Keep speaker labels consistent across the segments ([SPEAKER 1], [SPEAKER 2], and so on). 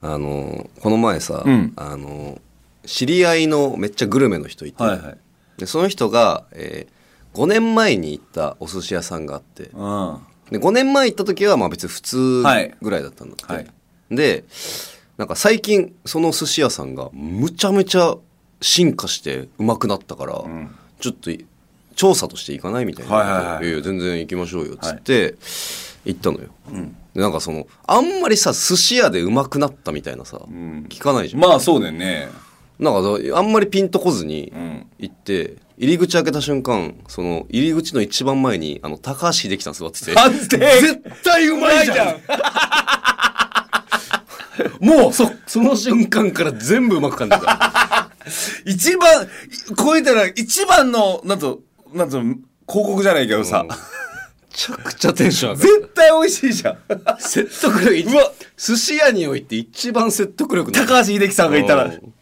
[SPEAKER 1] あのこの前さ、
[SPEAKER 2] うん
[SPEAKER 1] あの知り合いのめっちゃグルメの人いて、
[SPEAKER 2] はいはい
[SPEAKER 1] でその人が、え5年前に行ったお寿司屋さんがあって
[SPEAKER 2] うんは
[SPEAKER 1] で5年前行った時はまあ別に普通
[SPEAKER 2] はい
[SPEAKER 1] ぐらいだったんだって、
[SPEAKER 2] はい
[SPEAKER 1] でなんか最近その寿司屋さんがむちゃめちゃ進化してうまくなったから、ちょっとい調査として行かないみたいな、
[SPEAKER 2] はいはいはい
[SPEAKER 1] やや全然行きましょうよっつって行ったのよ、でなんかそのあんまりさ寿司屋でうまくなったみたいなさ、聞かないじゃん、
[SPEAKER 2] まあそうだよね
[SPEAKER 1] なんかあんまりピンとこずに行って、入り口開けた瞬間その入り口の一番前にあの高橋秀樹さん座ってて
[SPEAKER 2] 安定絶対うまいじゃんもうそ
[SPEAKER 1] その瞬間から全部うまく感じた
[SPEAKER 2] 一番超えたら一番のなんとなんと広告じゃないけどさ、
[SPEAKER 1] めちゃくちゃテンション上がる
[SPEAKER 2] 絶対美味しいじゃん
[SPEAKER 1] 説得力一
[SPEAKER 2] うわ
[SPEAKER 1] 寿司屋において一番説得力
[SPEAKER 2] 高橋英樹さんがいたら
[SPEAKER 1] うん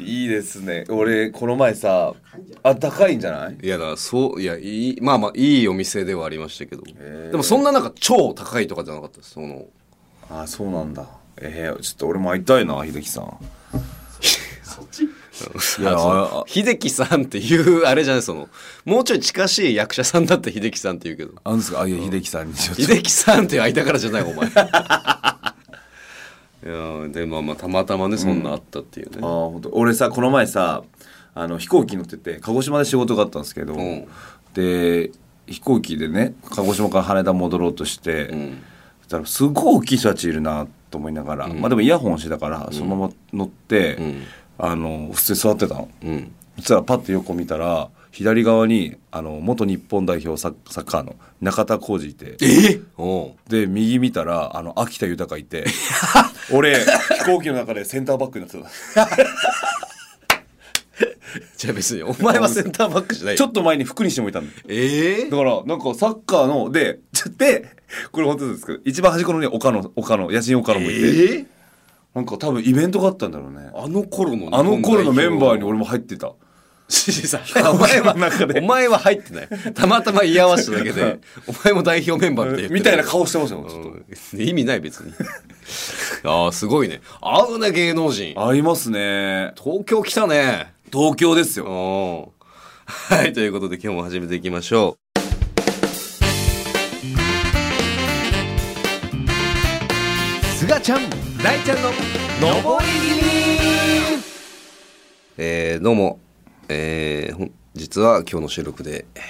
[SPEAKER 2] いいですね俺この前さあ高いんじゃない
[SPEAKER 1] いやだからそういやいいまあまあいいお店ではありましたけどでもそんななんか超高いとかじゃなかったですその
[SPEAKER 2] あそうなんだえー、ちょっと俺も会いたいな英樹さんい
[SPEAKER 1] あ
[SPEAKER 2] やあ
[SPEAKER 1] の
[SPEAKER 2] あ
[SPEAKER 1] 秀樹さんっていうあれじゃないそのもうちょい近しい役者さんだった秀樹さんっていうけど
[SPEAKER 2] あんですかあいや英樹さんにちょっと
[SPEAKER 1] 秀樹さんっていう間からじゃないお前いやーでまあまあたまたまねそんなあったっていうね、
[SPEAKER 2] ああ本当俺さこの前さあの飛行機乗ってて鹿児島で仕事があったんですけど、
[SPEAKER 1] ん
[SPEAKER 2] で飛行機でね鹿児島から羽田戻ろうとして、
[SPEAKER 1] ん
[SPEAKER 2] そしたらすごい大きい人たちいるなと思いながら、まあでもイヤホンしてたからそのまま乗って、
[SPEAKER 1] ん
[SPEAKER 2] あの普通に座ってたの。
[SPEAKER 1] うん
[SPEAKER 2] そしたらパッて横見たら左側にあの元日本代表サッサッカーの中田浩二いて
[SPEAKER 1] えおう
[SPEAKER 2] で右見たらあの秋田豊いて俺飛行機の中でセンターバックになってた。
[SPEAKER 1] じゃあ別にお前はセンターバックじゃない
[SPEAKER 2] ち
[SPEAKER 1] よ
[SPEAKER 2] ょっと前に福西もいたんだよ。
[SPEAKER 1] ええ
[SPEAKER 2] だから、なんかサッカーの、で、 ちょで、これ本当なんですけど、一番端っこのね、岡野、岡野、野心岡野もいて、
[SPEAKER 1] え
[SPEAKER 2] なんか多分イベントがあったんだろうね。
[SPEAKER 1] あの頃の
[SPEAKER 2] あの頃のメンバーに俺も入ってた。
[SPEAKER 1] さお前は
[SPEAKER 2] の中で
[SPEAKER 1] お前は入ってないたまたま居合わせただけでお前も代表メンバーみたいな
[SPEAKER 2] みたいな顔してましたもん、ちょっと。
[SPEAKER 1] うん意味ない別に ああすごいね合うね芸能人
[SPEAKER 2] ありますね。
[SPEAKER 1] 東京来たね
[SPEAKER 2] 東京ですよ。
[SPEAKER 1] おーはいということで今日も始めていきましょうすがちゃん大ちゃんののぼりえー、どうもえー、ほん実は今日の収録でえー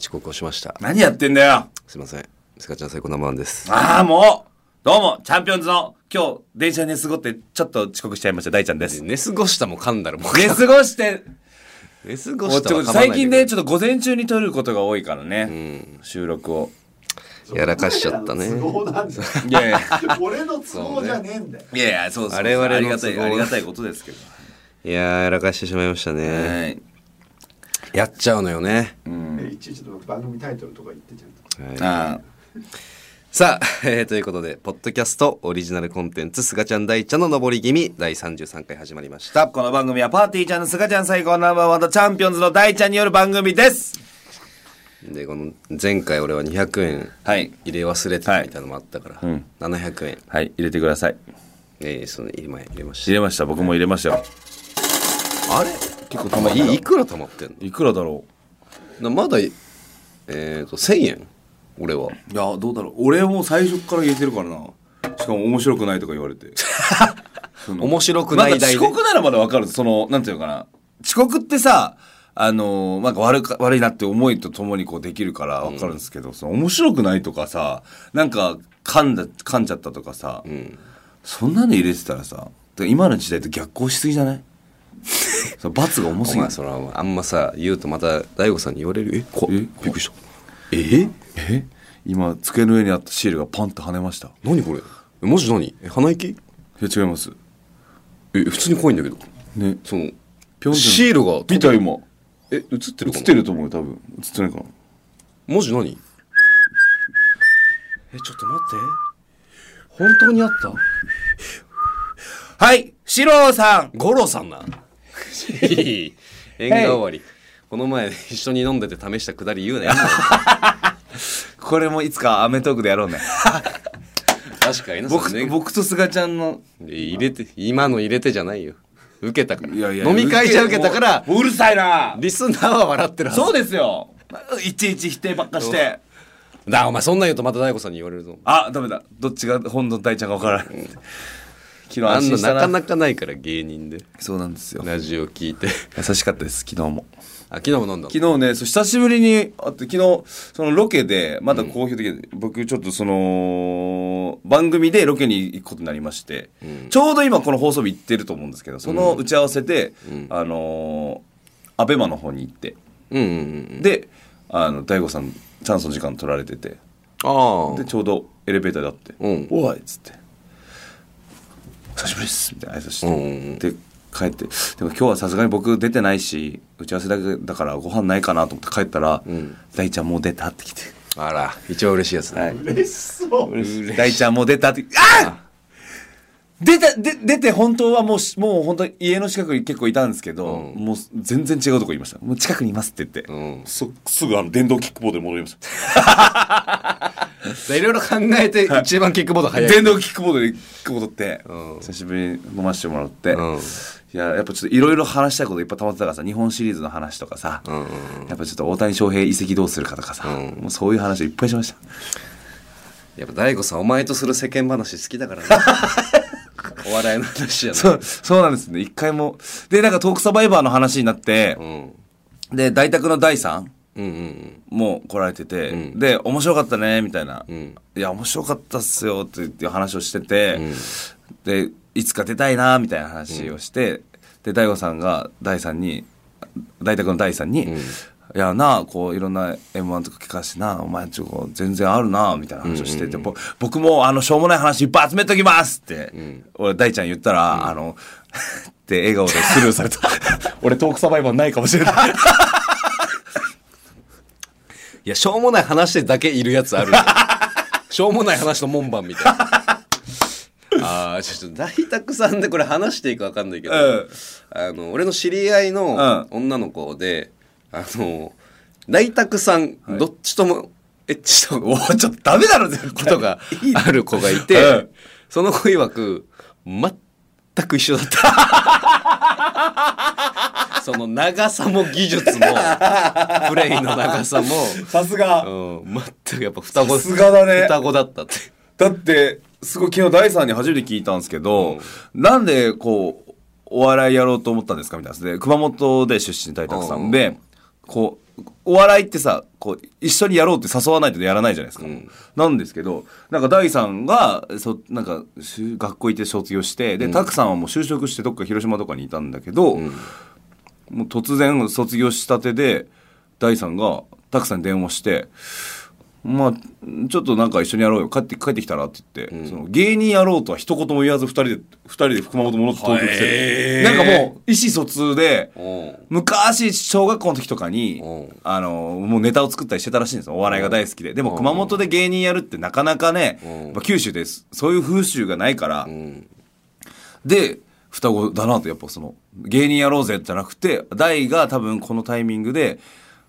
[SPEAKER 1] 遅刻をしました
[SPEAKER 2] 何やってんだよ。
[SPEAKER 1] すいませんすがちゃん最高生ワンです
[SPEAKER 2] ああ、もうどうも、チャンピオンズの、今日、電車に寝過ごって、ちょっと遅刻しちゃいました、大ちゃんです。
[SPEAKER 1] 寝過ごしたも噛んだらもう
[SPEAKER 2] 寝過ごして、
[SPEAKER 1] 寝過ご
[SPEAKER 2] もう
[SPEAKER 1] し
[SPEAKER 2] ち
[SPEAKER 1] た
[SPEAKER 2] ょ
[SPEAKER 1] は
[SPEAKER 2] っ
[SPEAKER 1] 噛
[SPEAKER 2] と
[SPEAKER 1] まない
[SPEAKER 2] 最近ね、ちょっと午前中に撮ることが多いからね、収録を。
[SPEAKER 1] やらかしちゃったね
[SPEAKER 3] 都合なんだよ。
[SPEAKER 2] いやいや。
[SPEAKER 3] 俺の都合じゃねえんだよ。
[SPEAKER 2] いやいや、そうそうそう。
[SPEAKER 1] 我々の
[SPEAKER 2] ありがたい、
[SPEAKER 1] 都合
[SPEAKER 2] ありがたいことですけど。
[SPEAKER 1] いやーやらかしてしまいましたね、
[SPEAKER 2] はい。
[SPEAKER 1] やっちゃうのよね
[SPEAKER 3] いちいちと番組タイトルとか言ってちゃんと。
[SPEAKER 2] あ
[SPEAKER 1] さあ、えーということで、ポッドキャストオリジナルコンテンツ、すがちゃん大ちゃんの上り気味、第33回始まりました。
[SPEAKER 2] ーこの番組はパーティーちゃんのすがちゃん最高ナンバーワンとチャンピオンズの大ちゃんによる番組です。
[SPEAKER 1] で、この、前回俺は200円
[SPEAKER 2] はい。
[SPEAKER 1] 入れ忘れてたみたいなのもあったから、
[SPEAKER 2] ん
[SPEAKER 1] 700円、
[SPEAKER 2] はい、入れてください。
[SPEAKER 1] えー、その今入れまし
[SPEAKER 2] 入れました。僕も入れましたよ。
[SPEAKER 1] た。あれ
[SPEAKER 2] 結構たま
[SPEAKER 1] いいくら貯まってんの
[SPEAKER 2] いくらだろ
[SPEAKER 1] なまだ、えーと、1000円俺は。
[SPEAKER 2] ういや、どうだろう。俺も最初から入れてるからな。しかも面白くないとか言われて。その
[SPEAKER 1] 面白くない
[SPEAKER 2] んか
[SPEAKER 1] 代
[SPEAKER 2] 遅
[SPEAKER 1] で
[SPEAKER 2] 刻ならまだわかる。その、なんていうのかな。遅刻ってさ、あのーなんか悪か悪いなって思いとともにこうできるからわかるんですけど、その面白くないとかさ、なんか噛んだ、噛んじゃったとかさ、そんなの入れてたらさ、てか今の時代と逆行しすぎじ ゃないその罰が重す
[SPEAKER 1] お
[SPEAKER 2] ぎる
[SPEAKER 1] 前、。その、あんまさ、言うとまた、大悟さんに言われる。え、こ
[SPEAKER 2] え
[SPEAKER 1] びっくりした。え
[SPEAKER 2] え今、机の上にあったシールがパンと跳ねました。い
[SPEAKER 1] 何これえマジ何え、鼻息
[SPEAKER 2] や、違います。
[SPEAKER 1] え、普通に怖いんだけど。
[SPEAKER 2] ね。
[SPEAKER 1] その、
[SPEAKER 2] ピョンって
[SPEAKER 1] シールが、
[SPEAKER 2] 見た今。
[SPEAKER 1] え、映ってるかな
[SPEAKER 2] 映ってると思うよ、多分。映ってないかな。
[SPEAKER 1] 文字何え、ちょっと待って。本当にあった
[SPEAKER 2] はいシローさん
[SPEAKER 1] 五郎さんな。縁が終わり。この前一緒に飲んでて試したくだり言うなよ。
[SPEAKER 2] これもいつかアメトークでやろうね。
[SPEAKER 1] 確かにな
[SPEAKER 2] 僕
[SPEAKER 1] それね
[SPEAKER 2] 僕と菅ちゃんの
[SPEAKER 1] 入れて今の入れてじゃないよ受けたから
[SPEAKER 2] いやいや
[SPEAKER 1] 飲み会じゃ受けたから
[SPEAKER 2] もううるさいな
[SPEAKER 1] リスナーは笑ってるはず
[SPEAKER 2] そうですよいちいち否定ばっかして
[SPEAKER 1] だお前そんなん言うとまた大悟さんに言われるぞ
[SPEAKER 2] あダメだどっちが本の大ちゃんか分からん 昨日
[SPEAKER 1] あ
[SPEAKER 2] 安
[SPEAKER 1] んな
[SPEAKER 2] 心した
[SPEAKER 1] な
[SPEAKER 2] な
[SPEAKER 1] かなかないから芸人で
[SPEAKER 2] そうなんですよ
[SPEAKER 1] ラジオ聞いて
[SPEAKER 2] 優しかったです昨日も
[SPEAKER 1] あ昨日も飲んだの
[SPEAKER 2] 昨日ねそう久しぶりにあって昨日そのロケでまだ公表的に、僕ちょっとその番組でロケに行くことになりまして、ちょうど今この放送日行ってると思うんですけどその打ち合わせで、あのー、アベマの方に行って
[SPEAKER 1] うんうんうん
[SPEAKER 2] であの大悟さんチャンスの時間取られてて
[SPEAKER 1] あ
[SPEAKER 2] でちょうどエレベーターで会って
[SPEAKER 1] うん
[SPEAKER 2] おい!」っつって「久しぶりっす」みたいな挨拶して、
[SPEAKER 1] うんうんうん
[SPEAKER 2] で帰ってでも今日はさすがに僕出てないし打ち合わせだけだからご飯ないかなと思って帰ったら「大ちゃんもう出た」って来て
[SPEAKER 1] ああら一番嬉しいやつだ、
[SPEAKER 2] はい
[SPEAKER 3] 嬉しそう。
[SPEAKER 2] 「 大ちゃんもう出た」って「ああ出たで出て本当はもうしもう本当に家の近くに結構いたんですけど、
[SPEAKER 1] うん
[SPEAKER 2] もう全然違うとこ言いました「もう近くにいます」って言って、
[SPEAKER 1] うん、
[SPEAKER 2] そすぐあの電動キックボードに戻りました
[SPEAKER 1] でいろいろ考えて一番キックボード早い、
[SPEAKER 2] 電動キックボードで戻って、
[SPEAKER 1] うん
[SPEAKER 2] 久しぶりに飲ませてもらって、
[SPEAKER 1] うん
[SPEAKER 2] いややっぱちょっといろいろ話したいこといっぱい溜まってたからさ日本シリーズの話とかさ、
[SPEAKER 1] うんうん
[SPEAKER 2] やっぱちょっと大谷翔平移籍どうするかとかさ、
[SPEAKER 1] うん
[SPEAKER 2] もうそういう話をいっぱいしました
[SPEAKER 1] やっぱ大悟さんお前とする世間話好きだから なお笑いの話じゃない
[SPEAKER 2] そうそうなんですね一回もでなんかトークサバイバーの話になって
[SPEAKER 1] う、ん
[SPEAKER 2] で大宅の第三
[SPEAKER 1] うんうん
[SPEAKER 2] もう来られてて、
[SPEAKER 1] うん
[SPEAKER 2] で面白かったねみたいな、
[SPEAKER 1] ん
[SPEAKER 2] いや面白かったっすよって言って話をしてて、でいつか出たいなみたいな話をして、で大悟さんが大さんに大宅の大さんに、いやなあこういろんな m 1とか聞かしてなお前ちょっと全然あるなみたいな話をしてて、ぼ僕もあのしょうもない話いっぱい集めときますって、俺大ちゃん言ったら、あの って笑顔でスルーされた俺トークサバイバーないかもしれない
[SPEAKER 1] いやしょうもない話だけいるやつあ るよしょうもない話の門番みたいなあーちょっと大沢さんでこれ話していいか分かんないけど、
[SPEAKER 2] うん
[SPEAKER 1] あの俺の知り合いの女の子で、あの大沢さん、どっちともエッチした
[SPEAKER 2] おいちょっとダメだろ絶対
[SPEAKER 1] ことがある子がいて、
[SPEAKER 2] うん
[SPEAKER 1] その子曰く全く一緒だったその長さも技術もプレイの長さも、
[SPEAKER 2] さすが
[SPEAKER 1] うん、全くやっぱ双子
[SPEAKER 2] さすがだね
[SPEAKER 1] 双子だったって
[SPEAKER 2] だってすごい昨日大さんに初めて聞いたんですけど、なんでこうお笑いやろうと思ったんですかみたいなで熊本で出身大沢さんで、こうお笑いってさこう一緒にやろうって誘わないとやらないじゃないですか、なんですけどなんか大さんがそなんかしゅ学校行って卒業してで拓、さんはもう就職してどっか広島とかにいたんだけど、もう突然卒業したてで大さんがたくさんに電話して「まあちょっとなんか一緒にやろうよ帰って帰ってきたら」って言って、その芸人やろうとは一言も言わず二人で二人で熊本戻って東京来てる、
[SPEAKER 1] へー
[SPEAKER 2] なんかもう意思疎通で
[SPEAKER 1] うん
[SPEAKER 2] 昔小学校の時とかに
[SPEAKER 1] うん
[SPEAKER 2] あのもうネタを作ったりしてたらしいんですよお笑いが大好きででも熊本で芸人やるってなかなかね、
[SPEAKER 1] ん
[SPEAKER 2] やっぱ九州ですそういう風習がないから。
[SPEAKER 1] うん
[SPEAKER 2] で双子だなとやっぱその芸人やろうぜじゃなくて大が多分このタイミングで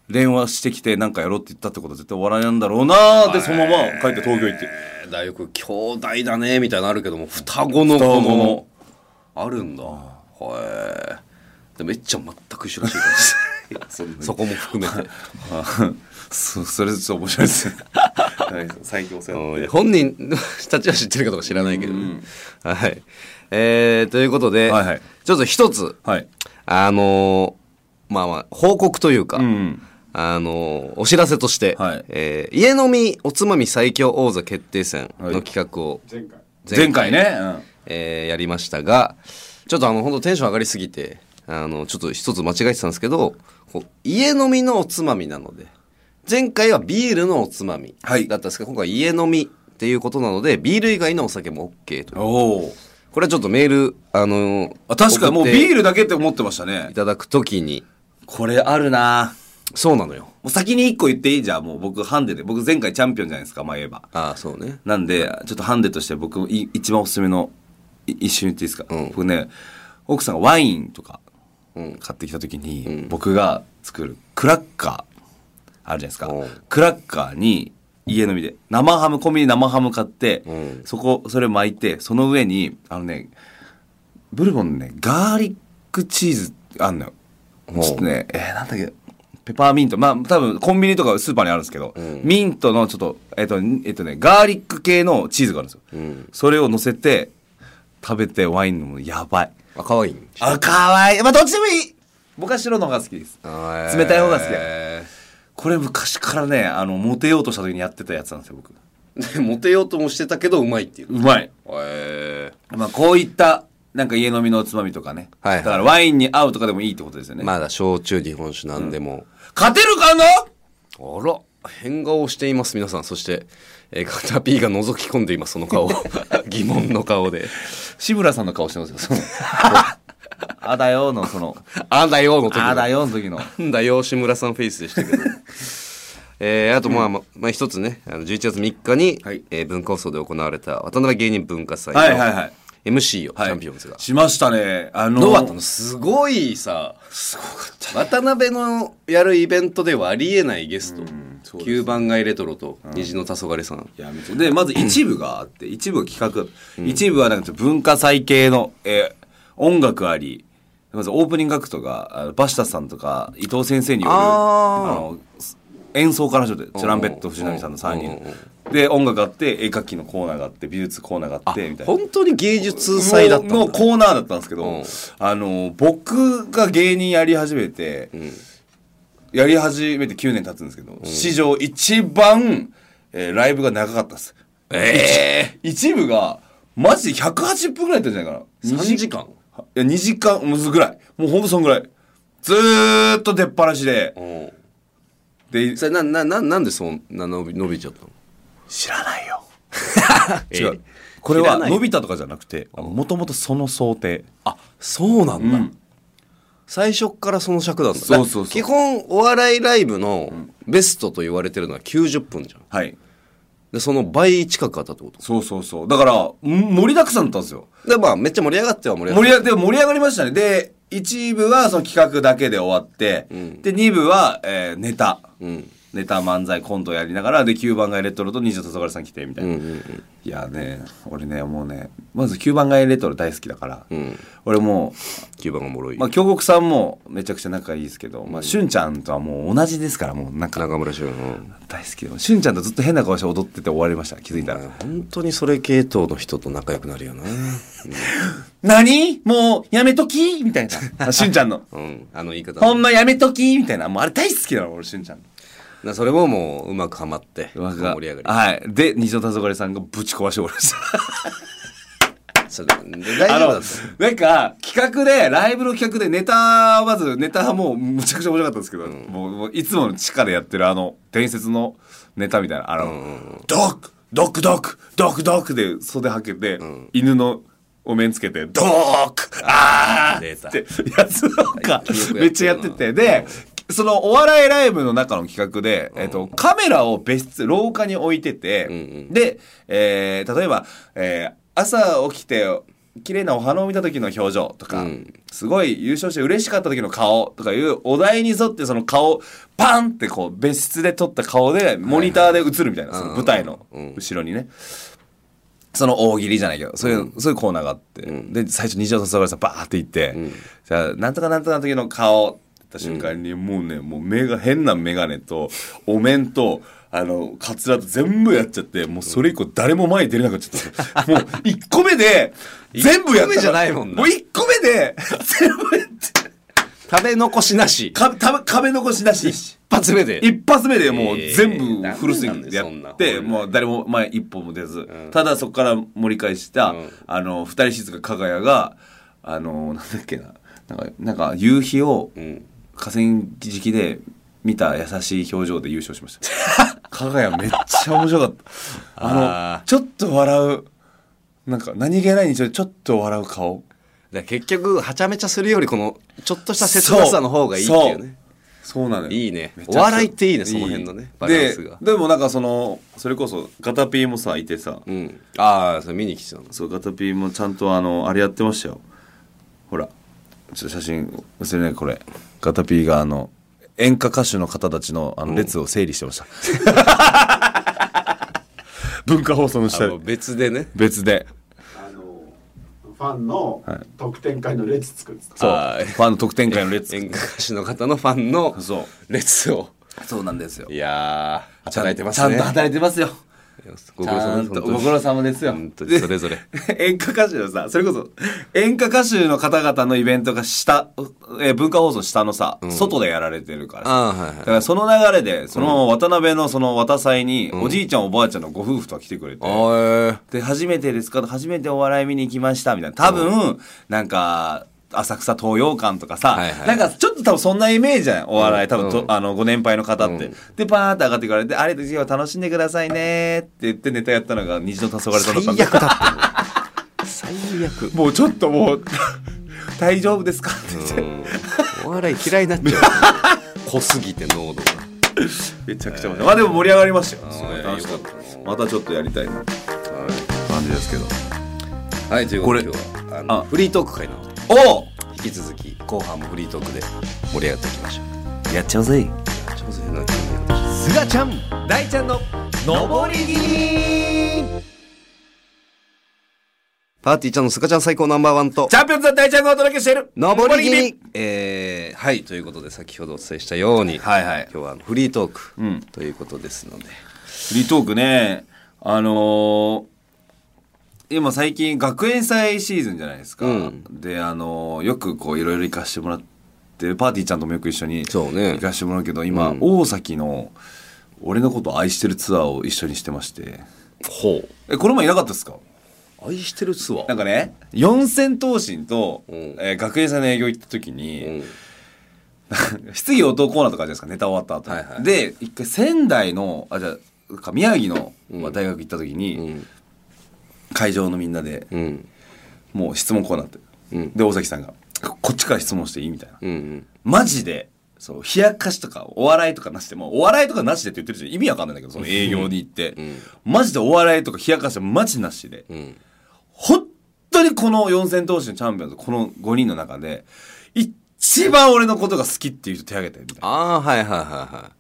[SPEAKER 2] 電話してきてなんかやろうって言ったってことは絶対お笑いなんだろうなーでそのまま帰って東京行って
[SPEAKER 1] えーだよく兄弟だねみたいなのあるけども双子の子
[SPEAKER 2] 双子の
[SPEAKER 1] もあるんだへえでもエッちゃん全く一緒らしいからそこも含めて
[SPEAKER 2] そそれちょっと面白いですね最強戦
[SPEAKER 1] うん本人 たちは知ってるかどうか知らないけどね、はいえーということで、
[SPEAKER 2] はいはい
[SPEAKER 1] ちょっと一つ
[SPEAKER 2] はい
[SPEAKER 1] あのーまあまあ報告というか、
[SPEAKER 2] うん
[SPEAKER 1] あのーお知らせとして、
[SPEAKER 2] はい
[SPEAKER 1] えー家飲みおつまみ最強王座決定戦の企画を
[SPEAKER 3] 前回。
[SPEAKER 2] 前回ね、
[SPEAKER 1] えーやりましたがちょっとあの本当テンション上がりすぎてあのちょっと一つ間違えてたんですけどこう家飲みのおつまみなので前回はビールのおつまみだ
[SPEAKER 2] はい
[SPEAKER 1] ったんですけど、今回家飲みっていうことなのでビール以外のお酒も OK と
[SPEAKER 2] うん、おお
[SPEAKER 1] これはちょっとメールあの
[SPEAKER 2] あ確かにもう
[SPEAKER 1] 送って
[SPEAKER 2] ビールだけって思ってましたね
[SPEAKER 1] いただくときに
[SPEAKER 2] これあるな
[SPEAKER 1] そうなのよ
[SPEAKER 2] もう先に一個言っていいじゃんもう僕ハンデで僕前回チャンピオンじゃないですかまあ言えば
[SPEAKER 1] ああそうね
[SPEAKER 2] なんで、ちょっとハンデとして僕、い一番おすすめの、い一瞬言っていいですか、
[SPEAKER 1] うん
[SPEAKER 2] 僕ね、奥さんがワインとか
[SPEAKER 1] うん
[SPEAKER 2] 買ってきた時に、僕が作るクラッカー、あるじゃないですか
[SPEAKER 1] うん。
[SPEAKER 2] クラッカーに、家飲みで生ハムコンビニ生ハム買って、
[SPEAKER 1] うん
[SPEAKER 2] そこそれ巻いてその上にあのねブルボンのねガーリックチーズあんのよ
[SPEAKER 1] ほう
[SPEAKER 2] ちょっとねえーなんだっけペパーミントまあ多分コンビニとかスーパーにあるんですけど、
[SPEAKER 1] うん
[SPEAKER 2] ミントのちょっとえっ、とえっ、とねガーリック系のチーズがあるんですよ、
[SPEAKER 1] うん
[SPEAKER 2] それを乗せて食べてワイン飲むのやばい
[SPEAKER 1] あ可愛い
[SPEAKER 2] あかわいいまあどっちでもいい僕は白の方が好きです
[SPEAKER 1] あ
[SPEAKER 2] 冷たい方が好きだ
[SPEAKER 1] え
[SPEAKER 2] これ昔からねあのモテようとした時にやってたやつなんですよ僕
[SPEAKER 1] ー でモテようともしてたけどうまいっていう
[SPEAKER 2] うまい、
[SPEAKER 1] え
[SPEAKER 2] まあ、こういったなんか家飲みのおつまみとかね、
[SPEAKER 1] はいはい
[SPEAKER 2] だからワインに合うとかでもいいってことですよね、
[SPEAKER 1] ーまだ焼酎日本酒なんでも、
[SPEAKER 2] 勝てるかな
[SPEAKER 1] あら変顔をしています皆さんそして、えー、カタピーが覗き込んでいますその 顔疑問の顔で
[SPEAKER 2] 志村さんの顔してますよそ のあだよのその
[SPEAKER 1] 「あだよ」の時の
[SPEAKER 2] あだよの時の
[SPEAKER 1] なんだよ志村さんフェイスでしたけど えーあとまあ、まあまあ、一つねあの11月3日に、
[SPEAKER 2] はい
[SPEAKER 1] えー文化放送で行われた渡辺芸人文化祭の
[SPEAKER 2] はいはいはい
[SPEAKER 1] MC を、
[SPEAKER 2] はい
[SPEAKER 1] チャンピオンズが
[SPEAKER 2] しましたねあの
[SPEAKER 1] どうだったのすごいさ
[SPEAKER 2] すごかった
[SPEAKER 1] 渡辺のやるイベントではありえないゲスト
[SPEAKER 2] んそうですね
[SPEAKER 1] 九番街レトロと虹の黄昏さん
[SPEAKER 2] いやめっちゃでまず一部があって一部は企画、一部はなんかちょっと文化祭系の、えー音楽ありまずオープニングアクトがあのバシタさんとか伊藤先生による
[SPEAKER 1] あー
[SPEAKER 2] あの演奏から始まってトランペット藤波さんの
[SPEAKER 1] うんうん
[SPEAKER 2] 3人で音楽あって絵描きのコーナーがあって美術コーナーがあってみたいな。
[SPEAKER 1] 本当に芸術祭だったんだ
[SPEAKER 2] ののコーナーだったんですけど、
[SPEAKER 1] うん
[SPEAKER 2] あの僕が芸人やり始めて、
[SPEAKER 1] ん
[SPEAKER 2] やり始めて9年経つんですけど、史上一番、えーライブが長かったです
[SPEAKER 1] え
[SPEAKER 2] 一部がマジで180分ぐらいやったんじゃないか
[SPEAKER 1] えー、
[SPEAKER 2] な
[SPEAKER 1] 3時間
[SPEAKER 2] いや2時間むずぐらいもうほんとそんぐらいずーっと出っ放しで
[SPEAKER 1] うん
[SPEAKER 2] で
[SPEAKER 1] それななななんでそんな伸び伸びちゃったの
[SPEAKER 2] 知らないよ違
[SPEAKER 1] え
[SPEAKER 2] うこれ
[SPEAKER 1] 知
[SPEAKER 2] は
[SPEAKER 1] らない
[SPEAKER 2] 伸びたとかじゃなくてもともとその想定
[SPEAKER 1] あそうなんだ、
[SPEAKER 2] うん
[SPEAKER 1] 最初っからその尺なんだ
[SPEAKER 2] そうそうそう
[SPEAKER 1] 基本お笑いライブのベストと言われてるのは90分じゃん
[SPEAKER 2] はい
[SPEAKER 1] でその倍近くあったってこと
[SPEAKER 2] そうそうそうだからん盛りだくさんだったんですよ
[SPEAKER 1] でまあめっちゃ盛り上がっては盛り上が
[SPEAKER 2] 盛
[SPEAKER 1] って
[SPEAKER 2] り上でも盛り上がりましたねで一部はその企画だけで終わって、
[SPEAKER 1] ん
[SPEAKER 2] で二部は、えーネタ、
[SPEAKER 1] うん
[SPEAKER 2] ネタ漫才コントやりながらで9番街レトロと二条黄昏さん来てみたいな、
[SPEAKER 1] うんうん
[SPEAKER 2] いやね俺ねもうねまず9番街レトロ大好きだから、
[SPEAKER 1] うんうん
[SPEAKER 2] 俺も
[SPEAKER 1] 9番がもろ
[SPEAKER 2] う、
[SPEAKER 1] い、
[SPEAKER 2] まあ、京極さんもめちゃくちゃ仲いいですけど、まあ、しゅんちゃんとはもう同じですからもうなんか
[SPEAKER 1] 中村俊うん
[SPEAKER 2] 大好きでしゅんちゃんとずっと変な顔して踊ってて終わりました気づいたら、
[SPEAKER 1] 本当にそれ系統の人と仲良くなるよな
[SPEAKER 2] 何もうやめときみたい なしゅんちゃんの
[SPEAKER 1] うんあの言い方
[SPEAKER 2] ほんまやめときみたいなもうあれ大好きなの俺しゅんちゃんの
[SPEAKER 1] なそれももううまくはまって
[SPEAKER 2] わが
[SPEAKER 1] 盛り上がり
[SPEAKER 2] はいで二条黄昏さんがぶち壊しておりました
[SPEAKER 1] それで大
[SPEAKER 2] あ
[SPEAKER 1] 丈夫だ
[SPEAKER 2] の
[SPEAKER 1] った
[SPEAKER 2] なんか企画でライブの企画でネタまずネタはもうむちゃくちゃ面白かったんですけど、もうもういつもの地下でやってるあの伝説のネタみたいなあの、ドクドクドクドクドクで袖はけて、犬のお面つけてドークあ
[SPEAKER 1] 出
[SPEAKER 2] ー
[SPEAKER 1] た
[SPEAKER 2] ってやつなん
[SPEAKER 1] よ
[SPEAKER 2] か
[SPEAKER 1] くやってるな
[SPEAKER 2] めっちゃやっててでそのお笑いライブの中の企画で、えっと、カメラを別室廊下に置いてて、で、えー例えば、えー朝起きて綺麗なお花を見た時の表情とか、
[SPEAKER 1] うん
[SPEAKER 2] すごい優勝して嬉しかった時の顔とかいうお題に沿ってその顔パンってこう別室で撮った顔でモニターで映るみたいな、その舞台の後ろにね。その大喜利じゃないけど、そういう、そういうコーナーがあって、で、最初、西尾さん、さん、バーって行って、じゃあ、なんとかなんとかの時の顔って言った瞬間に、もうね、もう目が、変な眼鏡と、お面と、あの、カツラと全部やっちゃって、もうそれ以降誰も前に出れなくなっちゃった。もう、1個目で、全部や
[SPEAKER 1] 一個
[SPEAKER 2] ったから。
[SPEAKER 1] 目じゃないもんな
[SPEAKER 2] もう1個目で、全部やって、
[SPEAKER 1] 食べ残しなし
[SPEAKER 2] か、た壁残しなし。
[SPEAKER 1] 一発目で
[SPEAKER 2] 一発目でもう
[SPEAKER 1] えー
[SPEAKER 2] 全部フルスイングでや
[SPEAKER 1] なんなん
[SPEAKER 2] っ
[SPEAKER 1] だよ
[SPEAKER 2] て、
[SPEAKER 1] そんな
[SPEAKER 2] もう誰も前一歩も出ず、ただそこから盛り返した、
[SPEAKER 1] ん
[SPEAKER 2] あの二人静か加賀谷があのなんだっけななんかなんか夕日を
[SPEAKER 1] うん
[SPEAKER 2] 河川敷で見た優しい表情で優勝しました 加賀谷めっちゃ面白かったあの
[SPEAKER 1] あ
[SPEAKER 2] ちょっと笑うなんか何気ないにしろちょっと笑う顔
[SPEAKER 1] だから結局はちゃめちゃするよりこのちょっとした切なさの方がいいっていうね
[SPEAKER 2] そうそうなのよ
[SPEAKER 1] いいね
[SPEAKER 2] めちゃくちゃ
[SPEAKER 1] お笑いっていいねその辺のねバランスが
[SPEAKER 2] ででもなんかそのそれこそガタピーもさいてさ、
[SPEAKER 1] うんああそれ見に来てたんです
[SPEAKER 2] そうガタピーもちゃんとあのあれやってましたよほらちょっと写真忘れないこれガタピーがあの演歌歌手の方たちのあの列を整理してました、文化放送の下
[SPEAKER 1] あの別でね
[SPEAKER 2] 別で
[SPEAKER 3] あのファンの特典会の列作ってた、
[SPEAKER 2] そうフ
[SPEAKER 1] あー
[SPEAKER 2] ァンの特典会の列
[SPEAKER 1] 演歌歌手の方のファンの
[SPEAKER 2] そ
[SPEAKER 1] 列を
[SPEAKER 2] そうなんですよ
[SPEAKER 1] いやー働いてます
[SPEAKER 2] ちゃん
[SPEAKER 1] ね
[SPEAKER 2] と働いてますよ
[SPEAKER 1] ご苦
[SPEAKER 2] ち
[SPEAKER 1] 労
[SPEAKER 2] ゃ
[SPEAKER 1] 様で
[SPEAKER 2] ん
[SPEAKER 1] す
[SPEAKER 2] と
[SPEAKER 1] 本
[SPEAKER 2] ご
[SPEAKER 1] 当に
[SPEAKER 2] 苦労様ですよ
[SPEAKER 1] 本当にそれぞれ
[SPEAKER 2] で 演歌歌手のさそれこそ演歌歌手の方々のイベントが下えー文化放送下のさ、外でやられてるからさ
[SPEAKER 1] あーはいはい
[SPEAKER 2] だからその流れでそのまま渡辺のその渡祭に、おじいちゃんおばあちゃんのご夫婦とか来てくれて、
[SPEAKER 1] あ
[SPEAKER 2] で初めてですか初めてお笑い見に行きましたみたいな多分、なんか浅草東洋館とかさ、
[SPEAKER 1] はいはい
[SPEAKER 2] なんかちょっと多分そんなイメージじゃんお笑い多分と、
[SPEAKER 1] うん
[SPEAKER 2] あのご年配の方って、でバーンって上がってくれて「あれで今日は楽しんでくださいね」って言ってネタやったのが虹の黄昏だったん
[SPEAKER 1] 最
[SPEAKER 2] で
[SPEAKER 1] 悪だって最悪
[SPEAKER 2] もうちょっともう 大丈夫ですかって言って、
[SPEAKER 1] お笑い嫌いになっちゃう濃すぎて濃度が
[SPEAKER 2] めちゃくちゃ面白いまあでも盛り上がりましたよす
[SPEAKER 1] ー
[SPEAKER 2] ごい楽しかっ
[SPEAKER 1] よかった
[SPEAKER 2] またちょっとやりたいなって感じですけど
[SPEAKER 1] はいということで今日はあの
[SPEAKER 2] あ
[SPEAKER 1] フリートーク会なので
[SPEAKER 2] お
[SPEAKER 1] 引き続き後半もフリートークで盛り上がっていきましょう
[SPEAKER 2] おやっちゃうぜ
[SPEAKER 1] ちょっと変な気分で
[SPEAKER 2] すがちゃん大ちゃんの上り気味
[SPEAKER 1] パーティーちゃんのスカちゃん最高ナンバーワンと
[SPEAKER 2] チャンピオンズは大ちゃんがお届けしている
[SPEAKER 1] 上り気味えー、はいということで先ほどお伝えしたように、
[SPEAKER 2] はいはい
[SPEAKER 1] 今日はあのフリートーク、
[SPEAKER 2] うん
[SPEAKER 1] ということですので
[SPEAKER 2] フリートークねあのー今最近学園祭シーズンじゃないですか、
[SPEAKER 1] うん
[SPEAKER 2] であのーよくこういろいろ行かしてもらってパーティーちゃんともよく一緒に
[SPEAKER 1] そうね
[SPEAKER 2] 行かしてもらうけど今、
[SPEAKER 1] うん
[SPEAKER 2] 大崎の俺のことを愛してるツアーを一緒にしてまして
[SPEAKER 1] ほ
[SPEAKER 2] えこれもいなかったですか
[SPEAKER 1] う愛してるツア
[SPEAKER 2] なんかね四千頭身と、
[SPEAKER 1] うん
[SPEAKER 2] えー学園祭の営業行った時に、
[SPEAKER 1] うん、
[SPEAKER 2] 質疑応答コーナーとかあるじゃないですかネタ終わった後に、
[SPEAKER 1] はいはい
[SPEAKER 2] で一回仙台のあじゃあか宮城の
[SPEAKER 1] うん
[SPEAKER 2] まあ大学行った時に、
[SPEAKER 1] うん
[SPEAKER 2] 会場のみんなで
[SPEAKER 1] うん
[SPEAKER 2] もう質問コーナーって、
[SPEAKER 1] うん
[SPEAKER 2] で大崎さんがこ「こっちから質問していい?」みたいな、
[SPEAKER 1] うんうん
[SPEAKER 2] マジでそう冷やかしとかお笑いとかなしでもうお笑いとかなしでって言ってるじゃん意味わかんないんだけどその営業に行って、
[SPEAKER 1] ん
[SPEAKER 2] マジでお笑いとか冷やかしはマジなしで、
[SPEAKER 1] うん
[SPEAKER 2] 本当にこの四千頭身のチャンピオンズこの5人の中で一番俺のことが好きっていう人手挙げてみたいな。
[SPEAKER 1] ああはいはいはいはい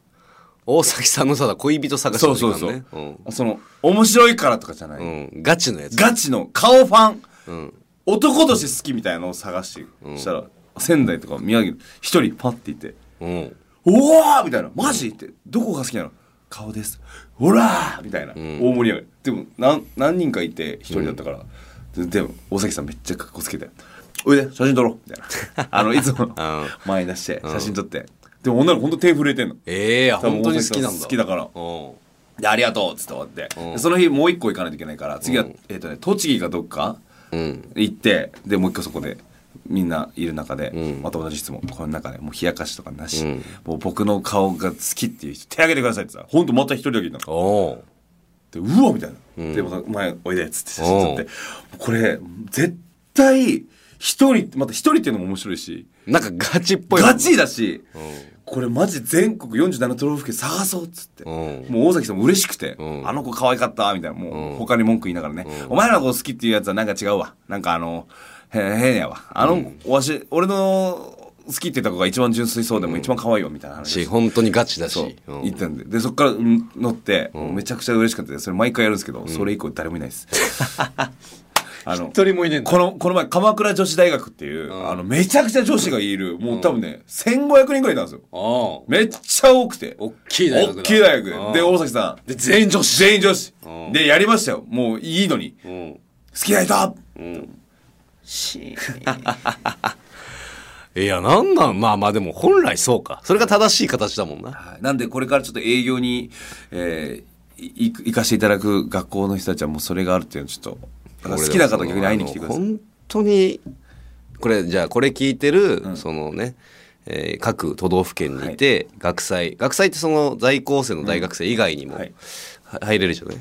[SPEAKER 1] 大崎さんのさだ恋人探し
[SPEAKER 2] そ
[SPEAKER 1] の
[SPEAKER 2] う
[SPEAKER 1] 時
[SPEAKER 2] そ
[SPEAKER 1] 間
[SPEAKER 2] うそう
[SPEAKER 1] ね。うん
[SPEAKER 2] その、面白いからとかじゃない。
[SPEAKER 1] うん、ガチのやつ
[SPEAKER 2] ガチの顔ファン、
[SPEAKER 1] うん
[SPEAKER 2] 男として好きみたいなのを探して、したら、仙台とか宮城、一人パッていて、
[SPEAKER 1] うん
[SPEAKER 2] おおみたいな、マジって、どこが好きなの顔です。ほらーみたいな、大盛り上がり。でも、なん何人かいて、一人だったから、ででも、大崎さんめっちゃ格好つけて、おいで、写真撮ろうみたいな。あの、いつもの
[SPEAKER 1] うん
[SPEAKER 2] 前に出して、写真撮って。でも女の子ほんと手震えてんの。
[SPEAKER 1] ええー、本当に好きなんだ
[SPEAKER 2] 好きだから
[SPEAKER 1] うん
[SPEAKER 2] で、ありがとうっつって終わって、
[SPEAKER 1] うん
[SPEAKER 2] でその日もう一個行かないといけないから、次は、えっ、とね、栃木かどっか
[SPEAKER 1] うん
[SPEAKER 2] 行って、で、もう一個そこで、みんないる中で、
[SPEAKER 1] うん
[SPEAKER 2] また同じ質問、この中で、もう冷やかしとかなし、
[SPEAKER 1] うん
[SPEAKER 2] もう僕の顔が好きっていう人、手挙げてくださいってさ、ほんとまた一人だけいたの。
[SPEAKER 1] おう
[SPEAKER 2] で、うわみたいな。
[SPEAKER 1] うん
[SPEAKER 2] で、また、お前、おいでっつって写真撮って、これ、絶対、一人、また一人っていうのも面白いし、
[SPEAKER 1] なんかガチっぽいもん
[SPEAKER 2] ガチだし、
[SPEAKER 1] う
[SPEAKER 2] これマジ全国47都道府県探そうっつって、
[SPEAKER 1] うん
[SPEAKER 2] もう大崎さんも嬉しくて、
[SPEAKER 1] うん
[SPEAKER 2] あの子可愛かったみたいなも
[SPEAKER 1] うん
[SPEAKER 2] う他に文句言いながらね、お前らの子好きっていうやつはなんか違うわなんかあのへ変やわあの、わし俺の好きって言った子が一番純粋そうでも一番可愛いよみたいな話
[SPEAKER 1] し本当にガチだ
[SPEAKER 2] そう
[SPEAKER 1] し、うん
[SPEAKER 2] 行ったんででそっからうん乗って、もうめちゃくちゃ嬉しかったですそれ毎回やるんですけど、それ以降誰もいないです あの
[SPEAKER 1] 一人もいねえんだ
[SPEAKER 2] この、この前、鎌倉女子大学っていう、
[SPEAKER 1] ん
[SPEAKER 2] あの、めちゃくちゃ女子がいる、もう多分ね、1500人ぐらいいたんですよ。
[SPEAKER 1] お
[SPEAKER 2] めっちゃ多くて。
[SPEAKER 1] っきい大学だ
[SPEAKER 2] 大きい大学
[SPEAKER 1] うん
[SPEAKER 2] で、大崎さん。で、全員女子。全員女子。で、やりましたよ。もういいのに。
[SPEAKER 1] ううん
[SPEAKER 2] 好きな人
[SPEAKER 4] し
[SPEAKER 1] いやなんなんまあまあでも本来そうかそれが正しい形だもんな
[SPEAKER 2] なんで、これからちょっと営業に、えー、い行かせていただく学校の人たちはもうそれがあるっていうのはちょっと、だから好きな方逆に会いに来てくださ
[SPEAKER 1] あ
[SPEAKER 2] い。
[SPEAKER 1] の本当にこれじゃあこれ聞いてる、そのね、えー各都道府県にいて、学祭学祭ってその在校生の大学生以外にも、
[SPEAKER 2] はい
[SPEAKER 1] は入れるじゃない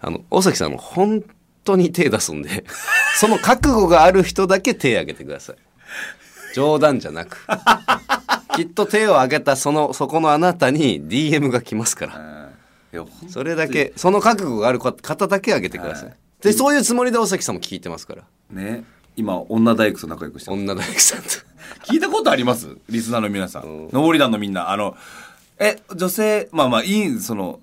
[SPEAKER 1] あの尾崎さんの本当に手出すんで その覚悟がある人だけ手挙げてください冗談じゃな くきっと手を挙げたそのそこのあなたに DM が来ますから
[SPEAKER 2] うんいやほん
[SPEAKER 1] それだけその覚悟がある方だけ挙げてください、でそういうつもりで尾崎さんも聞いてますから
[SPEAKER 2] ね。今、女大工と仲良くしてます
[SPEAKER 1] 女大学さ んと
[SPEAKER 2] 聞いたことありますリスナーの皆さん。上り団のみんな。あの、え、女性、まあまあ、いい、その、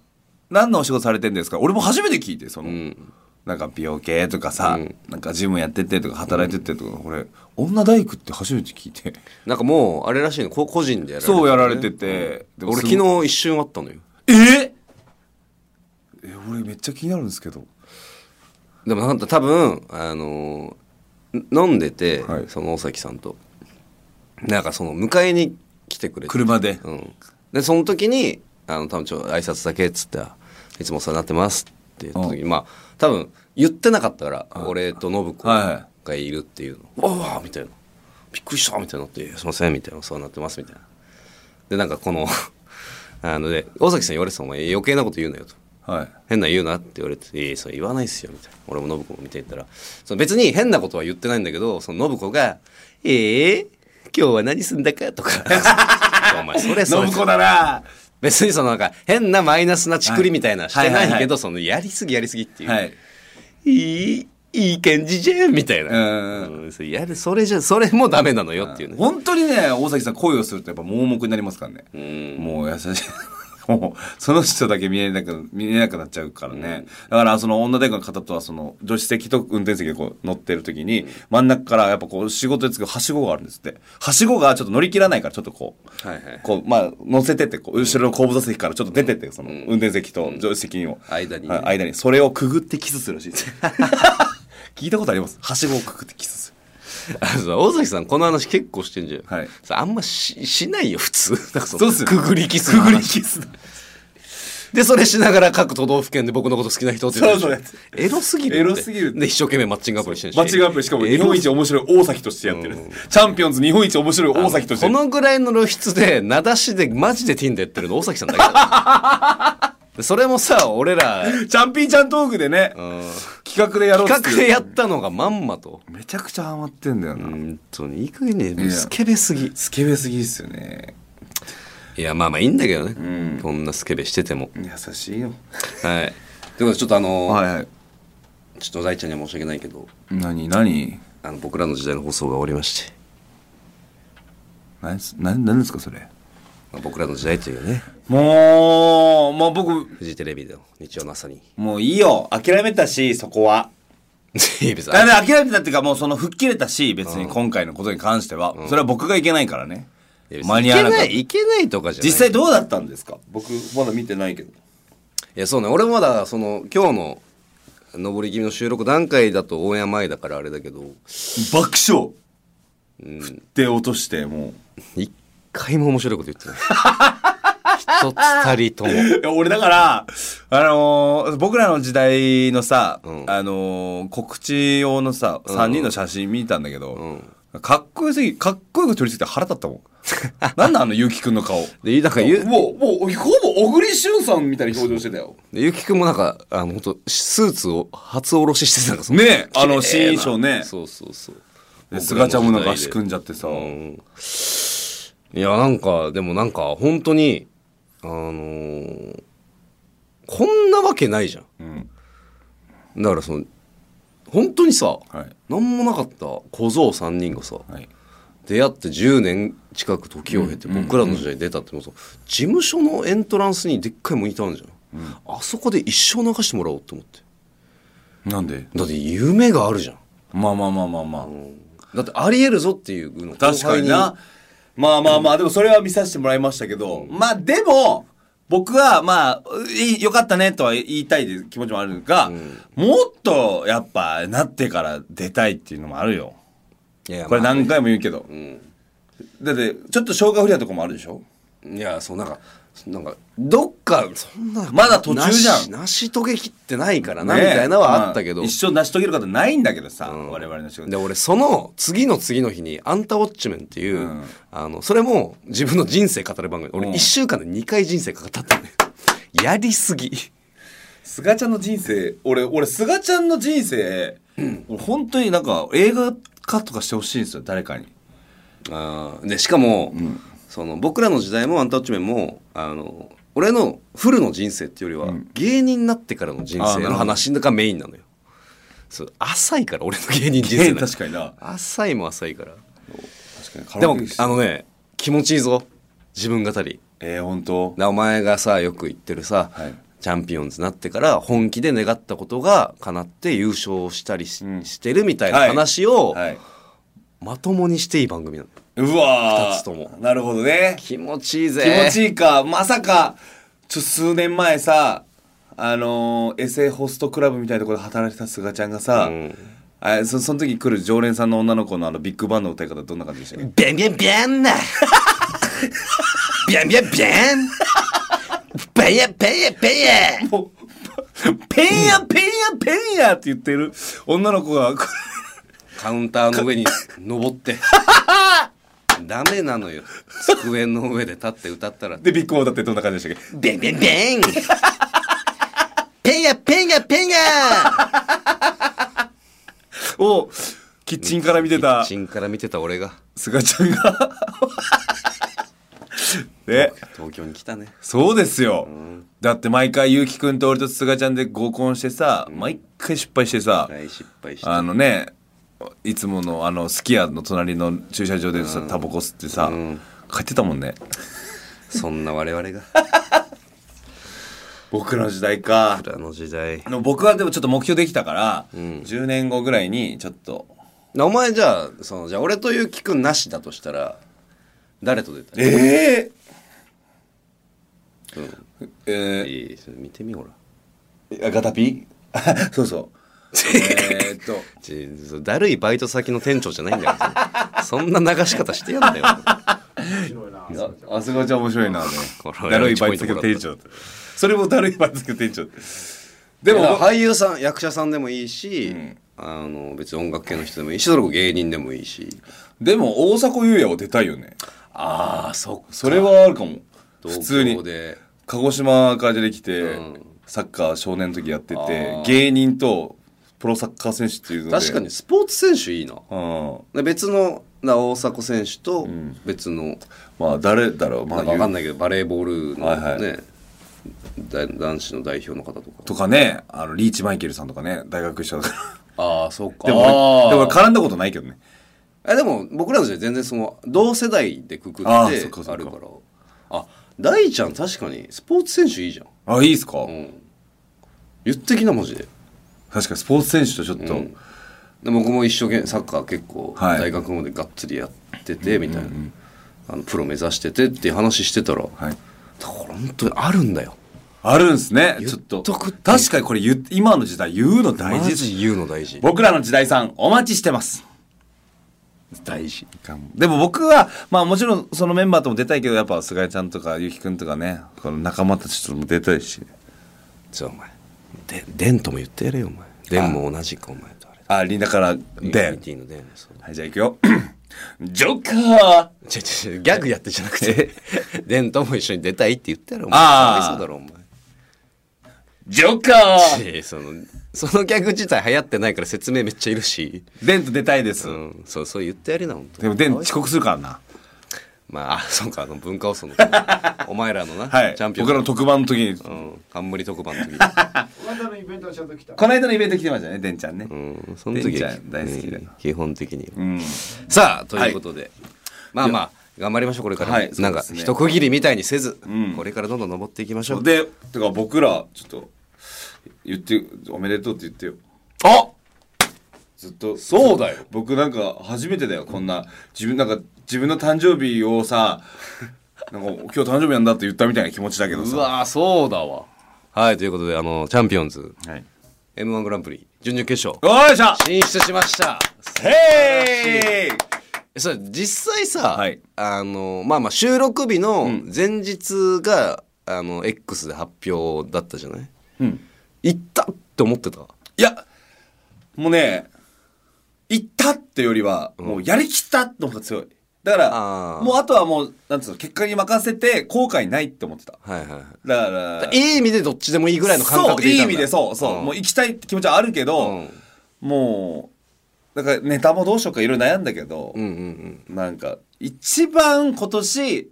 [SPEAKER 2] 何のお仕事されてんですか俺も初めて聞いてその、
[SPEAKER 1] ん
[SPEAKER 2] なんか美容系とかさ、
[SPEAKER 1] うん
[SPEAKER 2] なんかジムやっててとか働いててとか、俺女大工って初めて聞いて
[SPEAKER 1] なんかもうあれらしいのこ個人でやられてる
[SPEAKER 2] そうやられてて、でも
[SPEAKER 1] 俺
[SPEAKER 2] す
[SPEAKER 1] 昨
[SPEAKER 2] ご
[SPEAKER 1] 日一瞬あったのよ
[SPEAKER 2] ええ俺めっちゃ気になるんですけど
[SPEAKER 1] でもなんか多分あのー飲んでて、
[SPEAKER 2] はい
[SPEAKER 1] その尾崎さんとなんかその迎えに来てくれて
[SPEAKER 2] 車で、
[SPEAKER 1] うん、でその時に「あの多分ちょ挨拶だけ」っつってあ「いつもお世話になってます」って言った時に、まあ多分言ってなかったから、俺と信子がいるっていうの「わあ」みたいな「びっくりした」みたいになって「すいません」みたいな「お世話になってます」みたいなでなんかこの あので尾崎さん言われてた「お前余計なこと言うなよ」と。
[SPEAKER 2] はい
[SPEAKER 1] 変な言うなって言われて「いやいやそれ言わないっすよ」みたいな俺も信子も見ていったらその別に変なことは言ってないんだけどその信子が「えー、今日は何すんだか?」 とか「お前それそれ」
[SPEAKER 2] 信子だな
[SPEAKER 1] 別にそのなんか変なマイナスなちくりみたいなして
[SPEAKER 2] はい
[SPEAKER 1] な
[SPEAKER 2] はい
[SPEAKER 1] い
[SPEAKER 2] はい
[SPEAKER 1] け
[SPEAKER 2] は
[SPEAKER 1] どそのやりすぎやりすぎっていう、
[SPEAKER 2] はい
[SPEAKER 1] い、いいい感じじゃんみたいな
[SPEAKER 2] う
[SPEAKER 1] うんそれやるそれじゃそれもダメなのよっていうね
[SPEAKER 2] 本当にね大崎さん恋をするとやっぱ盲目になりますからね、もう優しい もうその人だけ見えなく見えなくなっちゃうからね、だからその女大工の方とはその助手席と運転席でこう乗ってる時に真ん中からやっぱこう仕事でつくはしごがあるんですってはしごがちょっと乗り切らないからちょっとこう
[SPEAKER 1] はいはい
[SPEAKER 2] こう、まあ、乗せてって、こう、後ろの後部座席からちょっと出てって、その、運転席と助手席を。
[SPEAKER 1] 間にね
[SPEAKER 2] はい間に。それをくぐってキスす るらしいです。聞いたことあります。はしごをくぐってキスする。
[SPEAKER 1] あのさ尾崎さんこの話結構してんじゃん、
[SPEAKER 2] はい
[SPEAKER 1] さあんまししないよ普通なんかの
[SPEAKER 2] そうっすよね
[SPEAKER 1] くぐりキス
[SPEAKER 2] く
[SPEAKER 1] の話
[SPEAKER 2] ぐりキスだ。
[SPEAKER 1] で、それしながら各都道府県で僕のこと好きな人って言ってるでしょ
[SPEAKER 2] そう
[SPEAKER 1] エロすぎるって。
[SPEAKER 2] エロすぎるって
[SPEAKER 1] で、一生懸命マッチングアプリしてるし。
[SPEAKER 2] マッチングアプリしかも日本一面白い大崎としてやってる。チャンピオンズ日本一面白い大崎として
[SPEAKER 1] こ
[SPEAKER 2] やってる。
[SPEAKER 1] のぐらいの露出で、名指しでマジで Tinder やってるの、大崎さんだけだよ でそれもさ、俺ら、
[SPEAKER 2] チャンピーちゃんトークでね、企画でやろうっつって
[SPEAKER 1] 企画でやったのがまんまと。
[SPEAKER 2] めちゃくちゃハマってんだよな。
[SPEAKER 1] 本当に、いい加減
[SPEAKER 2] い
[SPEAKER 1] ね、
[SPEAKER 2] や
[SPEAKER 1] スケベすぎ。
[SPEAKER 2] スケベすぎですよね。
[SPEAKER 1] いや、まあまあいいんだけどね。こんなスケベしてても。
[SPEAKER 2] 優しいよ。
[SPEAKER 1] はい。ということで、ちょっとあの、
[SPEAKER 2] はいはい。
[SPEAKER 1] ちょっと大ちゃんには申し訳ないけど、
[SPEAKER 2] 何何
[SPEAKER 1] あの、僕らの時代の放送が終わりまして、
[SPEAKER 2] 何す何何ですかそれ。
[SPEAKER 1] まあ僕らの時代というね、
[SPEAKER 2] もう、もう僕、
[SPEAKER 1] フジテレビの日曜の 朝に、
[SPEAKER 2] もういいよ。諦めたし、そこは。
[SPEAKER 1] いや別に
[SPEAKER 2] あで諦めたっていうか、もうその吹っ切れたし、別に今回のことに関しては。それは僕がいけないからね。間に合わなかった
[SPEAKER 1] いけない、いけないとかじゃない。
[SPEAKER 2] 実際どうだったんですか僕、まだ見てないけど。
[SPEAKER 1] いや、そうね。俺もまだ、その、今日の、登り気味の収録段階だとオンエア前だからあれだけど、
[SPEAKER 2] 爆笑。振って落として、も
[SPEAKER 1] 一回も面白いこと言 ってない。一つたりとも。
[SPEAKER 2] う。いや俺だから、あのー僕らの時代のさ、あのー告知用のさ、3人の写真見たんだけど、かっこよすぎ、かっこよく撮りすぎて腹立 ったもん。なんなんあの、ゆうきくんの顔。
[SPEAKER 1] で、いいなんかゆ、
[SPEAKER 2] もう、もう、ほぼ小栗旬さんみたいな表情してたよ。
[SPEAKER 1] でゆきくんもなんか、あの、本当スーツを初おろししてたんかその
[SPEAKER 2] ねえあの
[SPEAKER 1] 綺麗な
[SPEAKER 2] 新衣装ね
[SPEAKER 1] そうそうそう。
[SPEAKER 2] すがちゃんもなんか足
[SPEAKER 1] ん
[SPEAKER 2] 組んじゃってさ。
[SPEAKER 1] いや、なんか、でもなんか、本当に、あのーこんなわけないじゃん。
[SPEAKER 2] うん。
[SPEAKER 1] だからその、本当にさ、
[SPEAKER 2] はい。
[SPEAKER 1] なんもなかった小僧3人がさ、
[SPEAKER 2] はい。
[SPEAKER 1] 出会って10年近く時を経て僕らの時代に出たってもさ、事務所のエントランスにでっかいモニターあるじゃん。あそこで一生流してもらおうと思って。
[SPEAKER 2] なんで
[SPEAKER 1] だって夢があるじゃん。
[SPEAKER 2] まあまあまあまあまあ。
[SPEAKER 1] だってあり得るぞっていうの
[SPEAKER 2] 確かにな。まあまあまあ、でもそれは見させてもらいましたけど、まあでも、僕はまあ、いいよかったねとは言いたいという気持ちもあるが、もっとやっぱなってから出たいっていうのもあるよ。
[SPEAKER 1] いやいや
[SPEAKER 2] これ
[SPEAKER 1] まあ
[SPEAKER 2] 何回も言うけど。だって、ちょっと消化不良とかもあるでしょ
[SPEAKER 1] いやそうなんかなんかどっかそんな
[SPEAKER 2] まだ途中じゃん
[SPEAKER 1] なし成し遂げきってないからな、
[SPEAKER 2] ね
[SPEAKER 1] みたいなのはあったけど、
[SPEAKER 2] まあ一生成し遂げることないんだけどさ、我々の仕事
[SPEAKER 1] で俺その次の次の日に「アンタウォッチメン」っていう、
[SPEAKER 2] うん
[SPEAKER 1] あのそれも自分の人生語る番組俺
[SPEAKER 2] うん
[SPEAKER 1] 1週間で2回人生語ったんだよ やりすぎ
[SPEAKER 2] 菅ちゃんの人生俺俺菅ちゃんの人生、俺本当になんか映画化とかしてほしいんですよ誰かに
[SPEAKER 1] あーでしかも、その僕らの時代も「アンタウォッチメンも」あの俺のフルの人生っていうよりは、芸人になってからの人
[SPEAKER 2] あー
[SPEAKER 1] 生
[SPEAKER 2] なるほ
[SPEAKER 1] の
[SPEAKER 2] ど
[SPEAKER 1] 話がメインなのよそう浅いから俺の芸人人 生なん
[SPEAKER 2] 確
[SPEAKER 1] て
[SPEAKER 2] かにな
[SPEAKER 1] 浅いも浅いから
[SPEAKER 2] 確かに
[SPEAKER 1] でもあ
[SPEAKER 2] あの
[SPEAKER 1] のね気持ちいいぞ自分語り
[SPEAKER 2] えー、本当
[SPEAKER 1] なお前がさよく言ってるさ、
[SPEAKER 2] はい
[SPEAKER 1] チャンピオンズになってから本気で願ったことが叶って優勝したりし,、
[SPEAKER 2] うん
[SPEAKER 1] してるみたいな話を、
[SPEAKER 2] はい。
[SPEAKER 1] まともにしていい番組なのよ
[SPEAKER 2] うわー
[SPEAKER 1] 二つとも
[SPEAKER 2] なるほどね。
[SPEAKER 1] 気持ちいいぜ
[SPEAKER 2] 気持ちいいか、まさか、ちょ、数年前さ、あのー、エセホストクラブみたいなところで働いてた菅ちゃんがさ、
[SPEAKER 1] うん
[SPEAKER 2] あそその時来る常連さんの女の子のあのビッグバンの歌い方どんな感じでしたっけ
[SPEAKER 1] ビャンビャンビャン なビャンビャンビャンペンヤペンヤペンヤ
[SPEAKER 2] もうペンヤペンヤペンヤって言ってる女の子がこ
[SPEAKER 1] カウンターの上に登って ダメなのよ机の上で立って歌ったら
[SPEAKER 2] れでビッグバンだってどんな感じでしたっけ
[SPEAKER 1] ベンベンベンペンヤペンヤペンヤ
[SPEAKER 2] をキッチンから見てた
[SPEAKER 1] チンから見てた俺が
[SPEAKER 2] 菅ちゃんが ね
[SPEAKER 1] 東京に来たね
[SPEAKER 2] そうですよ、だって毎回ゆうきくんと俺と菅ちゃんで合コンしてさ、毎回失敗してさ、
[SPEAKER 1] 大失敗して
[SPEAKER 2] あのねいつものあのすき家の隣の駐車場でさタバコ吸ってさ、
[SPEAKER 1] ん
[SPEAKER 2] 帰ってたもんね
[SPEAKER 1] そんな我々が
[SPEAKER 2] 僕の時代か
[SPEAKER 1] あの時代
[SPEAKER 2] の僕はでもちょっと目標できたから、
[SPEAKER 1] ん
[SPEAKER 2] 10年後ぐらいにちょっと
[SPEAKER 1] お前じゃあそのじゃあ俺とゆうきくんなしだとしたら誰と出たい
[SPEAKER 2] え
[SPEAKER 1] うん
[SPEAKER 2] ええ
[SPEAKER 1] いいそれ見てみほら
[SPEAKER 2] ー、ガタピ そうそう えーっと
[SPEAKER 1] ちそだるいバイト先の店長じゃないんだ からそんな流し方してやんだよ
[SPEAKER 3] 面白いな。
[SPEAKER 2] あすがちゃん面白いなね
[SPEAKER 1] これは
[SPEAKER 2] だるいバイト先の店長それもだるいバイト先の店長で
[SPEAKER 1] でも
[SPEAKER 2] も
[SPEAKER 1] 俳優さん役者さんでもいいし、
[SPEAKER 2] ん
[SPEAKER 1] あの別に音楽系の人でもいいしそれこそ芸人でもいいし
[SPEAKER 2] でも大迫勇也は出たいよね
[SPEAKER 1] ああそっ
[SPEAKER 2] それはあるかも普
[SPEAKER 1] 普
[SPEAKER 2] 通
[SPEAKER 1] 通
[SPEAKER 2] に
[SPEAKER 1] にで
[SPEAKER 2] 鹿児島から出てきて、
[SPEAKER 1] うん
[SPEAKER 2] サッカー少年の時やって
[SPEAKER 1] あ
[SPEAKER 2] て
[SPEAKER 1] ー
[SPEAKER 2] 芸人とプロサッカー選手っていうので
[SPEAKER 1] 確かにスポーツ選手いいな
[SPEAKER 2] うん
[SPEAKER 1] で別のな大迫選手と
[SPEAKER 2] ん
[SPEAKER 1] 別の、
[SPEAKER 2] まあ誰だろうま
[SPEAKER 1] な
[SPEAKER 2] あ
[SPEAKER 1] んか分かん
[SPEAKER 2] 言う
[SPEAKER 1] ないけどバレーボールのね、
[SPEAKER 2] はいはい
[SPEAKER 1] だ男子の代表の方とか
[SPEAKER 2] とかねあのリーチマイケルさんとかね大学一緒だか
[SPEAKER 1] ああそうから
[SPEAKER 2] でも俺でも俺絡んだことないけどね
[SPEAKER 1] えでも僕らの時代全然その同世代でくくって
[SPEAKER 2] あ
[SPEAKER 1] あ
[SPEAKER 2] ーそっかそっか
[SPEAKER 1] るからあ大ちゃん確かにスポーツ選手いいじゃん、
[SPEAKER 2] あいいっすか、
[SPEAKER 1] うん、言ってきなマジで、
[SPEAKER 2] 確かにスポーツ選手とちょっ
[SPEAKER 1] う
[SPEAKER 2] と、
[SPEAKER 1] ん、で僕も一生懸命サッカー結構
[SPEAKER 2] はい
[SPEAKER 1] 大学までがっつりやっててみたいな、あのプロ目指しててっていう話してたら、
[SPEAKER 2] はい
[SPEAKER 1] だから本当にあるんだよ
[SPEAKER 2] あるんすね
[SPEAKER 1] 言
[SPEAKER 2] ちょ
[SPEAKER 1] っ
[SPEAKER 2] っと
[SPEAKER 1] とくって
[SPEAKER 2] 確かにこれ言う今の時代言うの大
[SPEAKER 1] マ
[SPEAKER 2] 事です
[SPEAKER 1] ジ言うの大事
[SPEAKER 2] 僕らの時代さんお待ちしてます
[SPEAKER 1] 大事
[SPEAKER 2] でも僕は、まあもちろんそのメンバーとも出たいけど、やっぱ菅井ちゃんとかゆきくんとかね、この仲間たちとも出たいし。
[SPEAKER 1] じゃあお前ででんとも言ってやれよお前でんも同じかお前とあれ
[SPEAKER 2] あ、リンダから、
[SPEAKER 1] ユニ
[SPEAKER 2] で。
[SPEAKER 1] ティのでんそう
[SPEAKER 2] はい、じゃあ行くよ。 ジョッカー
[SPEAKER 1] ちょちょちょギャグやってじゃなくて デンとも一緒に出たいって言ったらお前
[SPEAKER 2] あー
[SPEAKER 1] かわいそうだろお前
[SPEAKER 2] ジョッカー
[SPEAKER 1] いやそのそのギャグ自体流行ってないから説明めっちゃいるし、
[SPEAKER 2] デンと出たいです
[SPEAKER 1] う。ん、そうそう言ってやりな本当
[SPEAKER 2] でもデン遅刻するからな。
[SPEAKER 1] まああそうかあの文化放送 のお前らのな、
[SPEAKER 2] はい。
[SPEAKER 1] チャンピオン
[SPEAKER 2] 僕らの特番の時に。
[SPEAKER 1] う
[SPEAKER 2] こ
[SPEAKER 1] ん、冠特番の時
[SPEAKER 3] この間のイベントはちゃんと来た。
[SPEAKER 2] の間のイベント来てましたね、デンちゃんね。
[SPEAKER 1] うんその時は
[SPEAKER 2] デンちゃん大好きだよ
[SPEAKER 1] ね基本的に、
[SPEAKER 2] うん。
[SPEAKER 1] さあということで、まあまあ頑張りましょうこれからも、
[SPEAKER 2] はい
[SPEAKER 1] なん
[SPEAKER 2] そう
[SPEAKER 1] か
[SPEAKER 2] ですね
[SPEAKER 1] 一区切りみたいにせず、
[SPEAKER 2] ん
[SPEAKER 1] これからどんどん登っていきましょう
[SPEAKER 2] で、てか僕ら、ちょっと、言って、おめでとうって言ってよ。
[SPEAKER 1] あ
[SPEAKER 2] ずっと
[SPEAKER 1] そうだよ
[SPEAKER 2] 僕なんか初めてだよこんな自分なんか自分の誕生日 をさなんか今日誕生日なんだって言ったみたいな気持ちだけど
[SPEAKER 1] う
[SPEAKER 2] さ
[SPEAKER 1] わーそうだわはいということであのチャンピオンズ
[SPEAKER 2] はい、
[SPEAKER 1] m 1グランプリ準々決勝
[SPEAKER 2] よいしょ
[SPEAKER 1] 進出しました
[SPEAKER 2] へー
[SPEAKER 1] それ実際さ、
[SPEAKER 2] はい
[SPEAKER 1] あのまあまあ収録日の前日が、あの X で発表だったじゃない
[SPEAKER 2] うん
[SPEAKER 1] 行ったって思ってた
[SPEAKER 2] いやもうね行ったってよりは、もうやりきったってのが強いだから
[SPEAKER 1] あー
[SPEAKER 2] もうあとはもうなんつうの結果に任せて後悔ないって思ってた
[SPEAKER 1] はいはいはい
[SPEAKER 2] だから
[SPEAKER 1] いい意味でどっちでもいいぐらいの感覚でい
[SPEAKER 2] そうい
[SPEAKER 1] た
[SPEAKER 2] い
[SPEAKER 1] ん
[SPEAKER 2] 意
[SPEAKER 1] だ
[SPEAKER 2] 味でそうそう、もう行きたいって気持ちはあるけど、
[SPEAKER 1] うん
[SPEAKER 2] もうだからネタもどうしようかいろいろ悩んだけど、
[SPEAKER 1] うんうんうん
[SPEAKER 2] なんか一番今年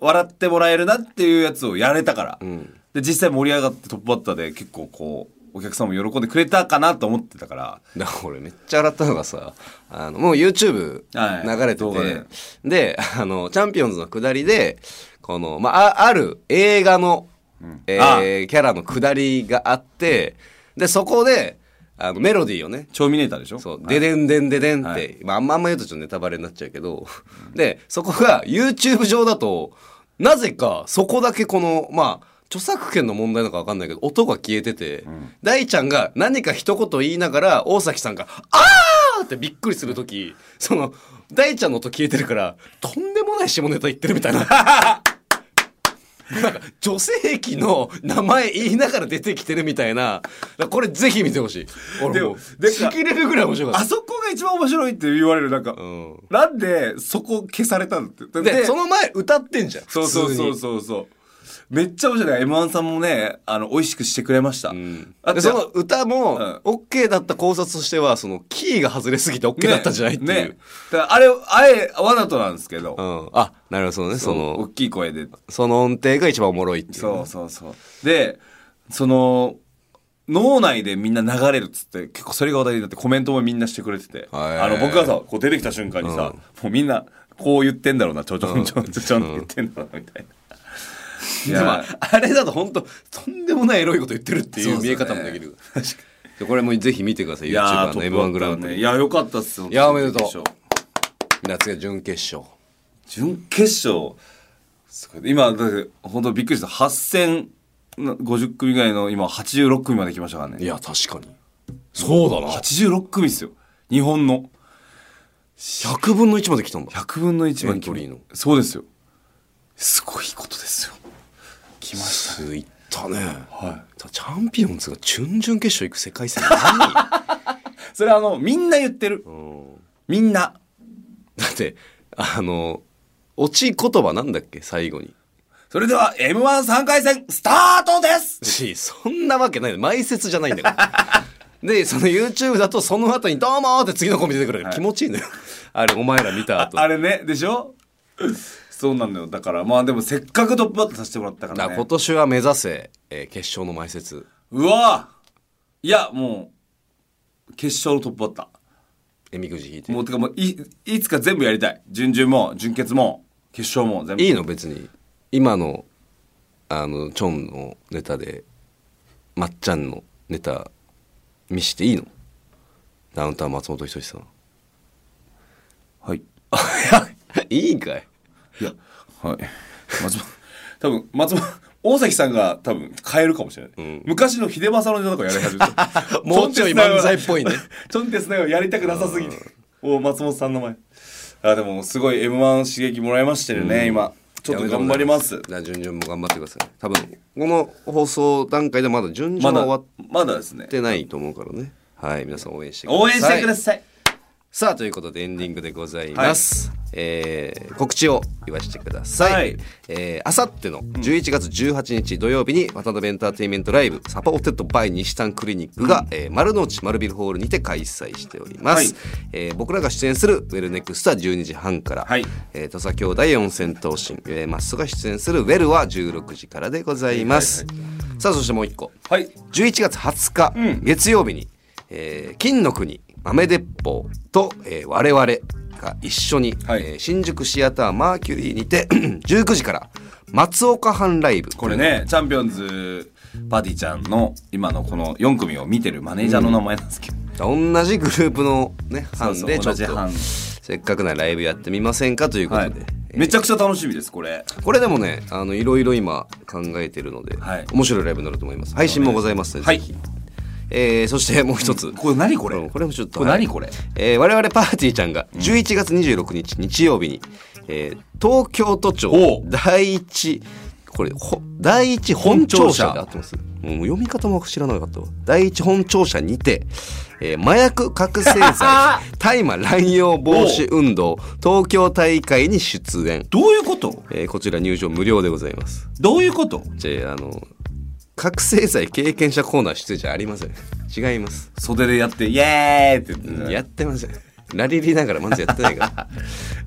[SPEAKER 2] 笑ってもらえるなっていうやつをやれたから、
[SPEAKER 1] ん
[SPEAKER 2] で実際盛り上がってトップバッターで結構こうお客さんも喜んでくれたかなと思ってたから
[SPEAKER 1] だから俺めっちゃ笑ったのがさあのもう YouTube
[SPEAKER 2] はい
[SPEAKER 1] 流れてて、
[SPEAKER 2] 動画で
[SPEAKER 1] であのチャンピオンズの下りでこの、まあ、あある映画のえ
[SPEAKER 2] あ
[SPEAKER 1] ーキャラの下りがあってでそこであのメロディーをね
[SPEAKER 2] チョミネーターでしょ
[SPEAKER 1] そう、
[SPEAKER 2] は
[SPEAKER 1] で
[SPEAKER 2] い
[SPEAKER 1] でんでんででんって、
[SPEAKER 2] はい
[SPEAKER 1] まあ、あんまあんま言うとちょっとネタバレになっちゃうけど、 で、そこが YouTube 上だと、なぜかそこだけこの、まあ、著作権の問題なのかわかんないけど、音が消えてて、大ちゃんが何か一言言いながら、大崎さんが、あーってびっくりするとき、その、大ちゃんの音消えてるから、とんでもない下ネタ言ってるみたいな。なんか女性器の名前言いながら出てきてるみたいな、だからこれぜひ見てほしい。俺も
[SPEAKER 2] で
[SPEAKER 1] う、
[SPEAKER 2] も
[SPEAKER 1] しきれるぐらい面白かった
[SPEAKER 2] あ。そこが一番面白いって言われるなんか、
[SPEAKER 1] ん
[SPEAKER 2] なんでそこ消されたのってだって
[SPEAKER 1] で、その前歌ってんじゃん。
[SPEAKER 2] そうそうそう
[SPEAKER 1] 普通に
[SPEAKER 2] そうそうめっちゃ面白い m 1さんもねあの美味しくしてくれました、だ
[SPEAKER 1] で
[SPEAKER 2] って
[SPEAKER 1] その歌も
[SPEAKER 2] うん
[SPEAKER 1] OK だった考察としてはそのキーが外れすぎて OK だったんじゃないっていう、
[SPEAKER 2] ねねだからあれあえわざとなんですけど、
[SPEAKER 1] うん、あなるほどねそ
[SPEAKER 2] 大
[SPEAKER 1] の
[SPEAKER 2] きい声で
[SPEAKER 1] その音程が一番おもろいっていう
[SPEAKER 2] そうそうそうでその脳内でみんな流れるっつって結構それが話題になってコメントもみんなしてくれてて
[SPEAKER 1] ー
[SPEAKER 2] あの僕がさこう出てきた瞬間にさ、もうみんなこう言ってんだろうなちょちょちょちょちょって言ってんだろうなみたいな。い
[SPEAKER 1] でも
[SPEAKER 2] や
[SPEAKER 1] あれだと本当とんでもないエロいこと言ってるっていう見え方もでき るでこれもぜひ見てください
[SPEAKER 2] い
[SPEAKER 1] YouTuber
[SPEAKER 2] やー
[SPEAKER 1] の m 1グランプ
[SPEAKER 2] ねい
[SPEAKER 1] リ
[SPEAKER 2] やよかったっすよ
[SPEAKER 1] いやおめでとう夏が準決勝
[SPEAKER 2] 準決勝すごい今だって本当びっくりした8050組ぐらいの今86組まで来ましたからね
[SPEAKER 1] いや確かにそうだな
[SPEAKER 2] 86組ですよ日本の
[SPEAKER 1] 100分の1まで来たんだ
[SPEAKER 2] 100分の1ま
[SPEAKER 1] エ
[SPEAKER 2] で
[SPEAKER 1] ントリーの
[SPEAKER 2] そうですよすごいことですよ来まし
[SPEAKER 1] すいったね
[SPEAKER 2] たはい
[SPEAKER 1] チャンピオンズが準々決勝行く世界戦 何
[SPEAKER 2] それあのみんな言ってるみんな
[SPEAKER 1] だってあの落ち言葉なんだっけ最 後に
[SPEAKER 2] それでは m 1 3回戦スタートです
[SPEAKER 1] しそんなわけない前説じゃないんだから でその YouTube だとその後に「どうも!」って次のコンビ出てくるから気持ちいいのよあれお前ら見た後
[SPEAKER 2] あれねでしょそうなのよだからまあでもせっかくトップバッターさせてもらったか
[SPEAKER 1] だ
[SPEAKER 2] ら
[SPEAKER 1] から
[SPEAKER 2] ね
[SPEAKER 1] 今年は目指せ、えー決勝の前説
[SPEAKER 2] うわいやもう決勝のトップバッタ
[SPEAKER 1] えみくじ引いて
[SPEAKER 2] ーもうてかもういいつか全部やりたい準々も準決も決勝も全部
[SPEAKER 1] いいの別に今のあのチョンのネタでまっちゃんのネタ見していいのダウンタウン松本人志さん
[SPEAKER 2] はい
[SPEAKER 1] いいんかい
[SPEAKER 2] いやはい松本多分松本大崎さんが多分変えるかもしれない、昔の秀政のネタとかやり始め た
[SPEAKER 1] もうちょい漫才っぽいね
[SPEAKER 2] ちょんてすなよやりたくなさすぎてお松本さんの前あでもすごい m 1刺激もらいましたよね、今ちょっと頑張ります
[SPEAKER 1] じゃあ順々も頑張ってください多分この放送段階でまだ順々
[SPEAKER 2] ま
[SPEAKER 1] は終わ
[SPEAKER 2] だ
[SPEAKER 1] っ
[SPEAKER 2] まだですね
[SPEAKER 1] てないと思うからねはい皆さん応援してください
[SPEAKER 2] 応援してください
[SPEAKER 1] さあということでエンディングでございます、えー告知を言わせてください、
[SPEAKER 2] はい
[SPEAKER 1] えー、あさっての11月18日土曜日に渡辺エンターテインメントライブサポーテッドバイ西丹クリニックが、えー丸の内丸ビルホールにて開催しております、
[SPEAKER 2] はい
[SPEAKER 1] えー僕らが出演するウェルネクストは12時半から、
[SPEAKER 2] はい
[SPEAKER 1] えー土佐兄弟四千頭身、えー、マッソが出演するウェルは16時からでございます、さあそしてもう一個
[SPEAKER 2] はい
[SPEAKER 1] 11月20日、月曜日に、えー金の国豆鉄砲と、えー我々が一緒に、
[SPEAKER 2] はい
[SPEAKER 1] えー新宿シアターマーキュリーにて 19時から松岡藩ライブ
[SPEAKER 2] これねチャンピオンズパディちゃんの今のこの4組を見てるマネージャーの名前なんですけど、
[SPEAKER 1] 同じグループのね
[SPEAKER 2] そう
[SPEAKER 1] 班
[SPEAKER 2] そう
[SPEAKER 1] でちょ
[SPEAKER 2] 同
[SPEAKER 1] っ
[SPEAKER 2] じ
[SPEAKER 1] と
[SPEAKER 2] 班
[SPEAKER 1] せっかくならライブやってみませんかということ
[SPEAKER 2] は
[SPEAKER 1] で、
[SPEAKER 2] い
[SPEAKER 1] えー
[SPEAKER 2] めちゃくちゃ楽しみですこれ
[SPEAKER 1] これでもねあのいろいろ今考えてるので、
[SPEAKER 2] はい
[SPEAKER 1] 面白いライブになると思います配信もございますので、
[SPEAKER 2] はい
[SPEAKER 1] ぜひ、えーそしてもう一つ、
[SPEAKER 2] これ何これ
[SPEAKER 1] うんこれもちょっと
[SPEAKER 2] これ
[SPEAKER 1] はい
[SPEAKER 2] 何これ
[SPEAKER 1] えー我々パーティーちゃんが11月26日日曜日に、えー東京都庁
[SPEAKER 2] おう
[SPEAKER 1] 第一これほ第一本庁舎で合ってますもう読み方も知らなかったわ第一本庁舎にて、えー麻薬覚醒 剤大麻乱用防止運動東京大会に出演、
[SPEAKER 2] どういうこと
[SPEAKER 1] えーこちら入場無料でございます
[SPEAKER 2] どういうこと
[SPEAKER 1] じゃああの覚醒剤経験者コーナー出演じゃありません違います
[SPEAKER 2] 袖でやってイエーイって言って
[SPEAKER 1] やってません。ラリリながら漫才やって ないから。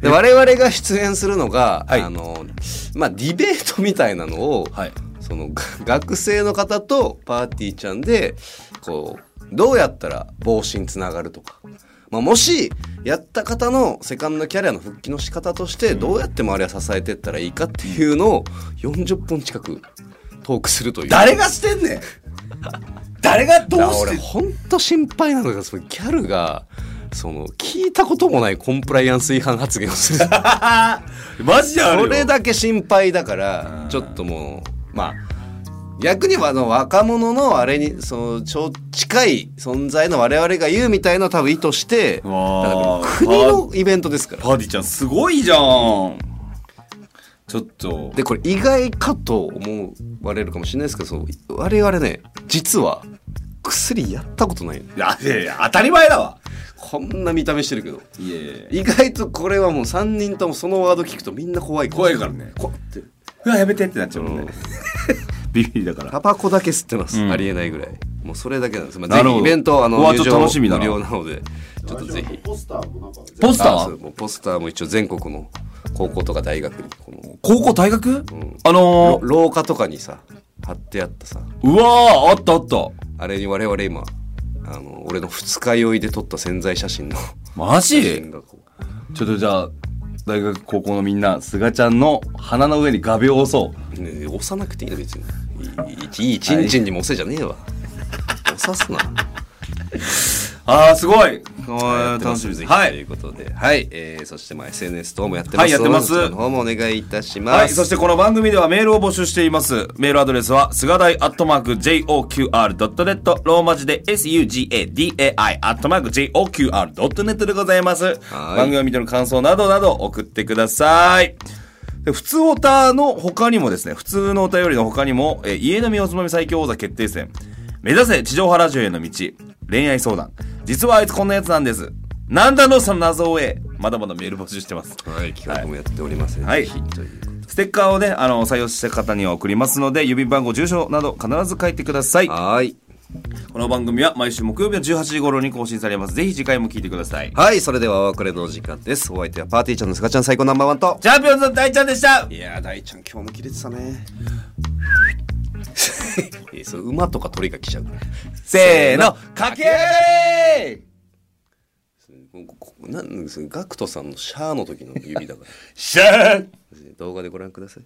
[SPEAKER 1] で我々が出演するのが、
[SPEAKER 2] はい
[SPEAKER 1] あの、まあ、ディベートみたいなのを、
[SPEAKER 2] はい
[SPEAKER 1] その、が学生の方とパーティーちゃんで、こう、どうやったら防止につながるとか。まあ、もし、やった方のセカンドキャリアの復帰の仕方として、どうやって周りは支えてったらいいかっていうのを、40分近くトークするという
[SPEAKER 2] 誰がしてんねん誰がどう
[SPEAKER 1] だから
[SPEAKER 2] し
[SPEAKER 1] 俺
[SPEAKER 2] て
[SPEAKER 1] ほんと心配なのがそのギャルがその聞いたこともないコンプライアンス違反発言を する
[SPEAKER 2] マジであるよ
[SPEAKER 1] それだけ心配だからちょっともうまあ逆にはあの若者のあれにその超近い存在の我々が言うみたいな多分意図してだ
[SPEAKER 2] わ
[SPEAKER 1] か
[SPEAKER 2] ー
[SPEAKER 1] ら国のイベントですから
[SPEAKER 2] パーティーちゃんすごいじゃんちょっと
[SPEAKER 1] でこれ意外かと思われるかもしれないですけどその我々ね実は薬やったことないの
[SPEAKER 2] いやいやいや当たり前だわ
[SPEAKER 1] こんな見た目してるけど
[SPEAKER 2] いやいや
[SPEAKER 1] 意外とこれはもう3人ともそのワード聞くとみんな怖い
[SPEAKER 2] 怖いからね
[SPEAKER 1] こうやって
[SPEAKER 2] うわやめてってなっちゃうもんね ビビりだから
[SPEAKER 1] タバコだけ吸ってます、
[SPEAKER 2] うん
[SPEAKER 1] ありえないぐらいもうそれだけなんです、ま
[SPEAKER 2] な
[SPEAKER 1] あ、
[SPEAKER 2] る
[SPEAKER 1] ぜ
[SPEAKER 2] ほ
[SPEAKER 1] ひ
[SPEAKER 2] ど
[SPEAKER 1] イベントあの
[SPEAKER 2] うわ
[SPEAKER 1] 入
[SPEAKER 2] ちょっと
[SPEAKER 1] 場
[SPEAKER 2] 楽しみだな
[SPEAKER 1] 無料なのでちょっとぜひ
[SPEAKER 3] ポスターもなんか全部
[SPEAKER 2] ポスター
[SPEAKER 1] あ
[SPEAKER 2] は
[SPEAKER 1] そうもうポスターも一応全国の高校とか大学にこの
[SPEAKER 2] 高校大学、あの
[SPEAKER 1] ろ
[SPEAKER 2] ー、
[SPEAKER 1] 廊下とかにさ貼ってあったさ
[SPEAKER 2] うわーあったあった
[SPEAKER 1] あれに我々今あの俺の二日酔いで撮った宣材写真の
[SPEAKER 2] マ
[SPEAKER 1] 写
[SPEAKER 2] ジ
[SPEAKER 1] 真がこう
[SPEAKER 2] ちょっとじゃあ大学高校のみんなすがちゃんの鼻の上に画鋲を押そう
[SPEAKER 1] ねえ押さなくていいの別にいいいいいいちんちんにも押せじゃねえわ押さすな
[SPEAKER 2] あーすごい
[SPEAKER 1] やってます
[SPEAKER 2] は
[SPEAKER 1] とい
[SPEAKER 2] いう
[SPEAKER 1] ことで、はい、えーそしてまあ SNS 等もやってますので、
[SPEAKER 2] はいやってます
[SPEAKER 1] そちらの方もお願いいたします。
[SPEAKER 2] はい、そしてこの番組ではメールを募集しています。メールアドレスは、すがだいアットマーク JOQR.net、ローマ字で SUGADAI アットマーク JOQR.net でございます。
[SPEAKER 1] はい
[SPEAKER 2] 番組を見ての感想などなど送ってください。で普通おたの他にもですね、普通のお便りの他にも、えー家飲みおつまみ最強王座決定戦、目指せ地上波ラジオへの道、恋愛相談、実はあいつこんなやつなんです。なんだのその謎をえ、まだまだメール募集してます。
[SPEAKER 1] はい、企画もやっておりますので、
[SPEAKER 2] はい
[SPEAKER 1] ぜひということで
[SPEAKER 2] ステッカーをね、あの、採用した方には送りますので、郵便番号、住所など必ず書いてください。
[SPEAKER 1] はい、
[SPEAKER 2] この番組は毎週木曜日の18時頃に更新されます。ぜひ次回も聞いてください。
[SPEAKER 1] はい、それではお別れのお時間です。お相手はパーティーちゃんのすがちゃん最高ナンバーワンと。
[SPEAKER 2] チャンピオンズの大ちゃんでした
[SPEAKER 1] いやー、大ちゃん、今日も切れてた ね。いやそれ馬とか鳥が来ちゃう から。
[SPEAKER 2] せーの、駆け上がれ
[SPEAKER 1] ここなんですガクトさんのシャーの時の指だから。
[SPEAKER 2] シャー
[SPEAKER 1] 動画でご覧ください。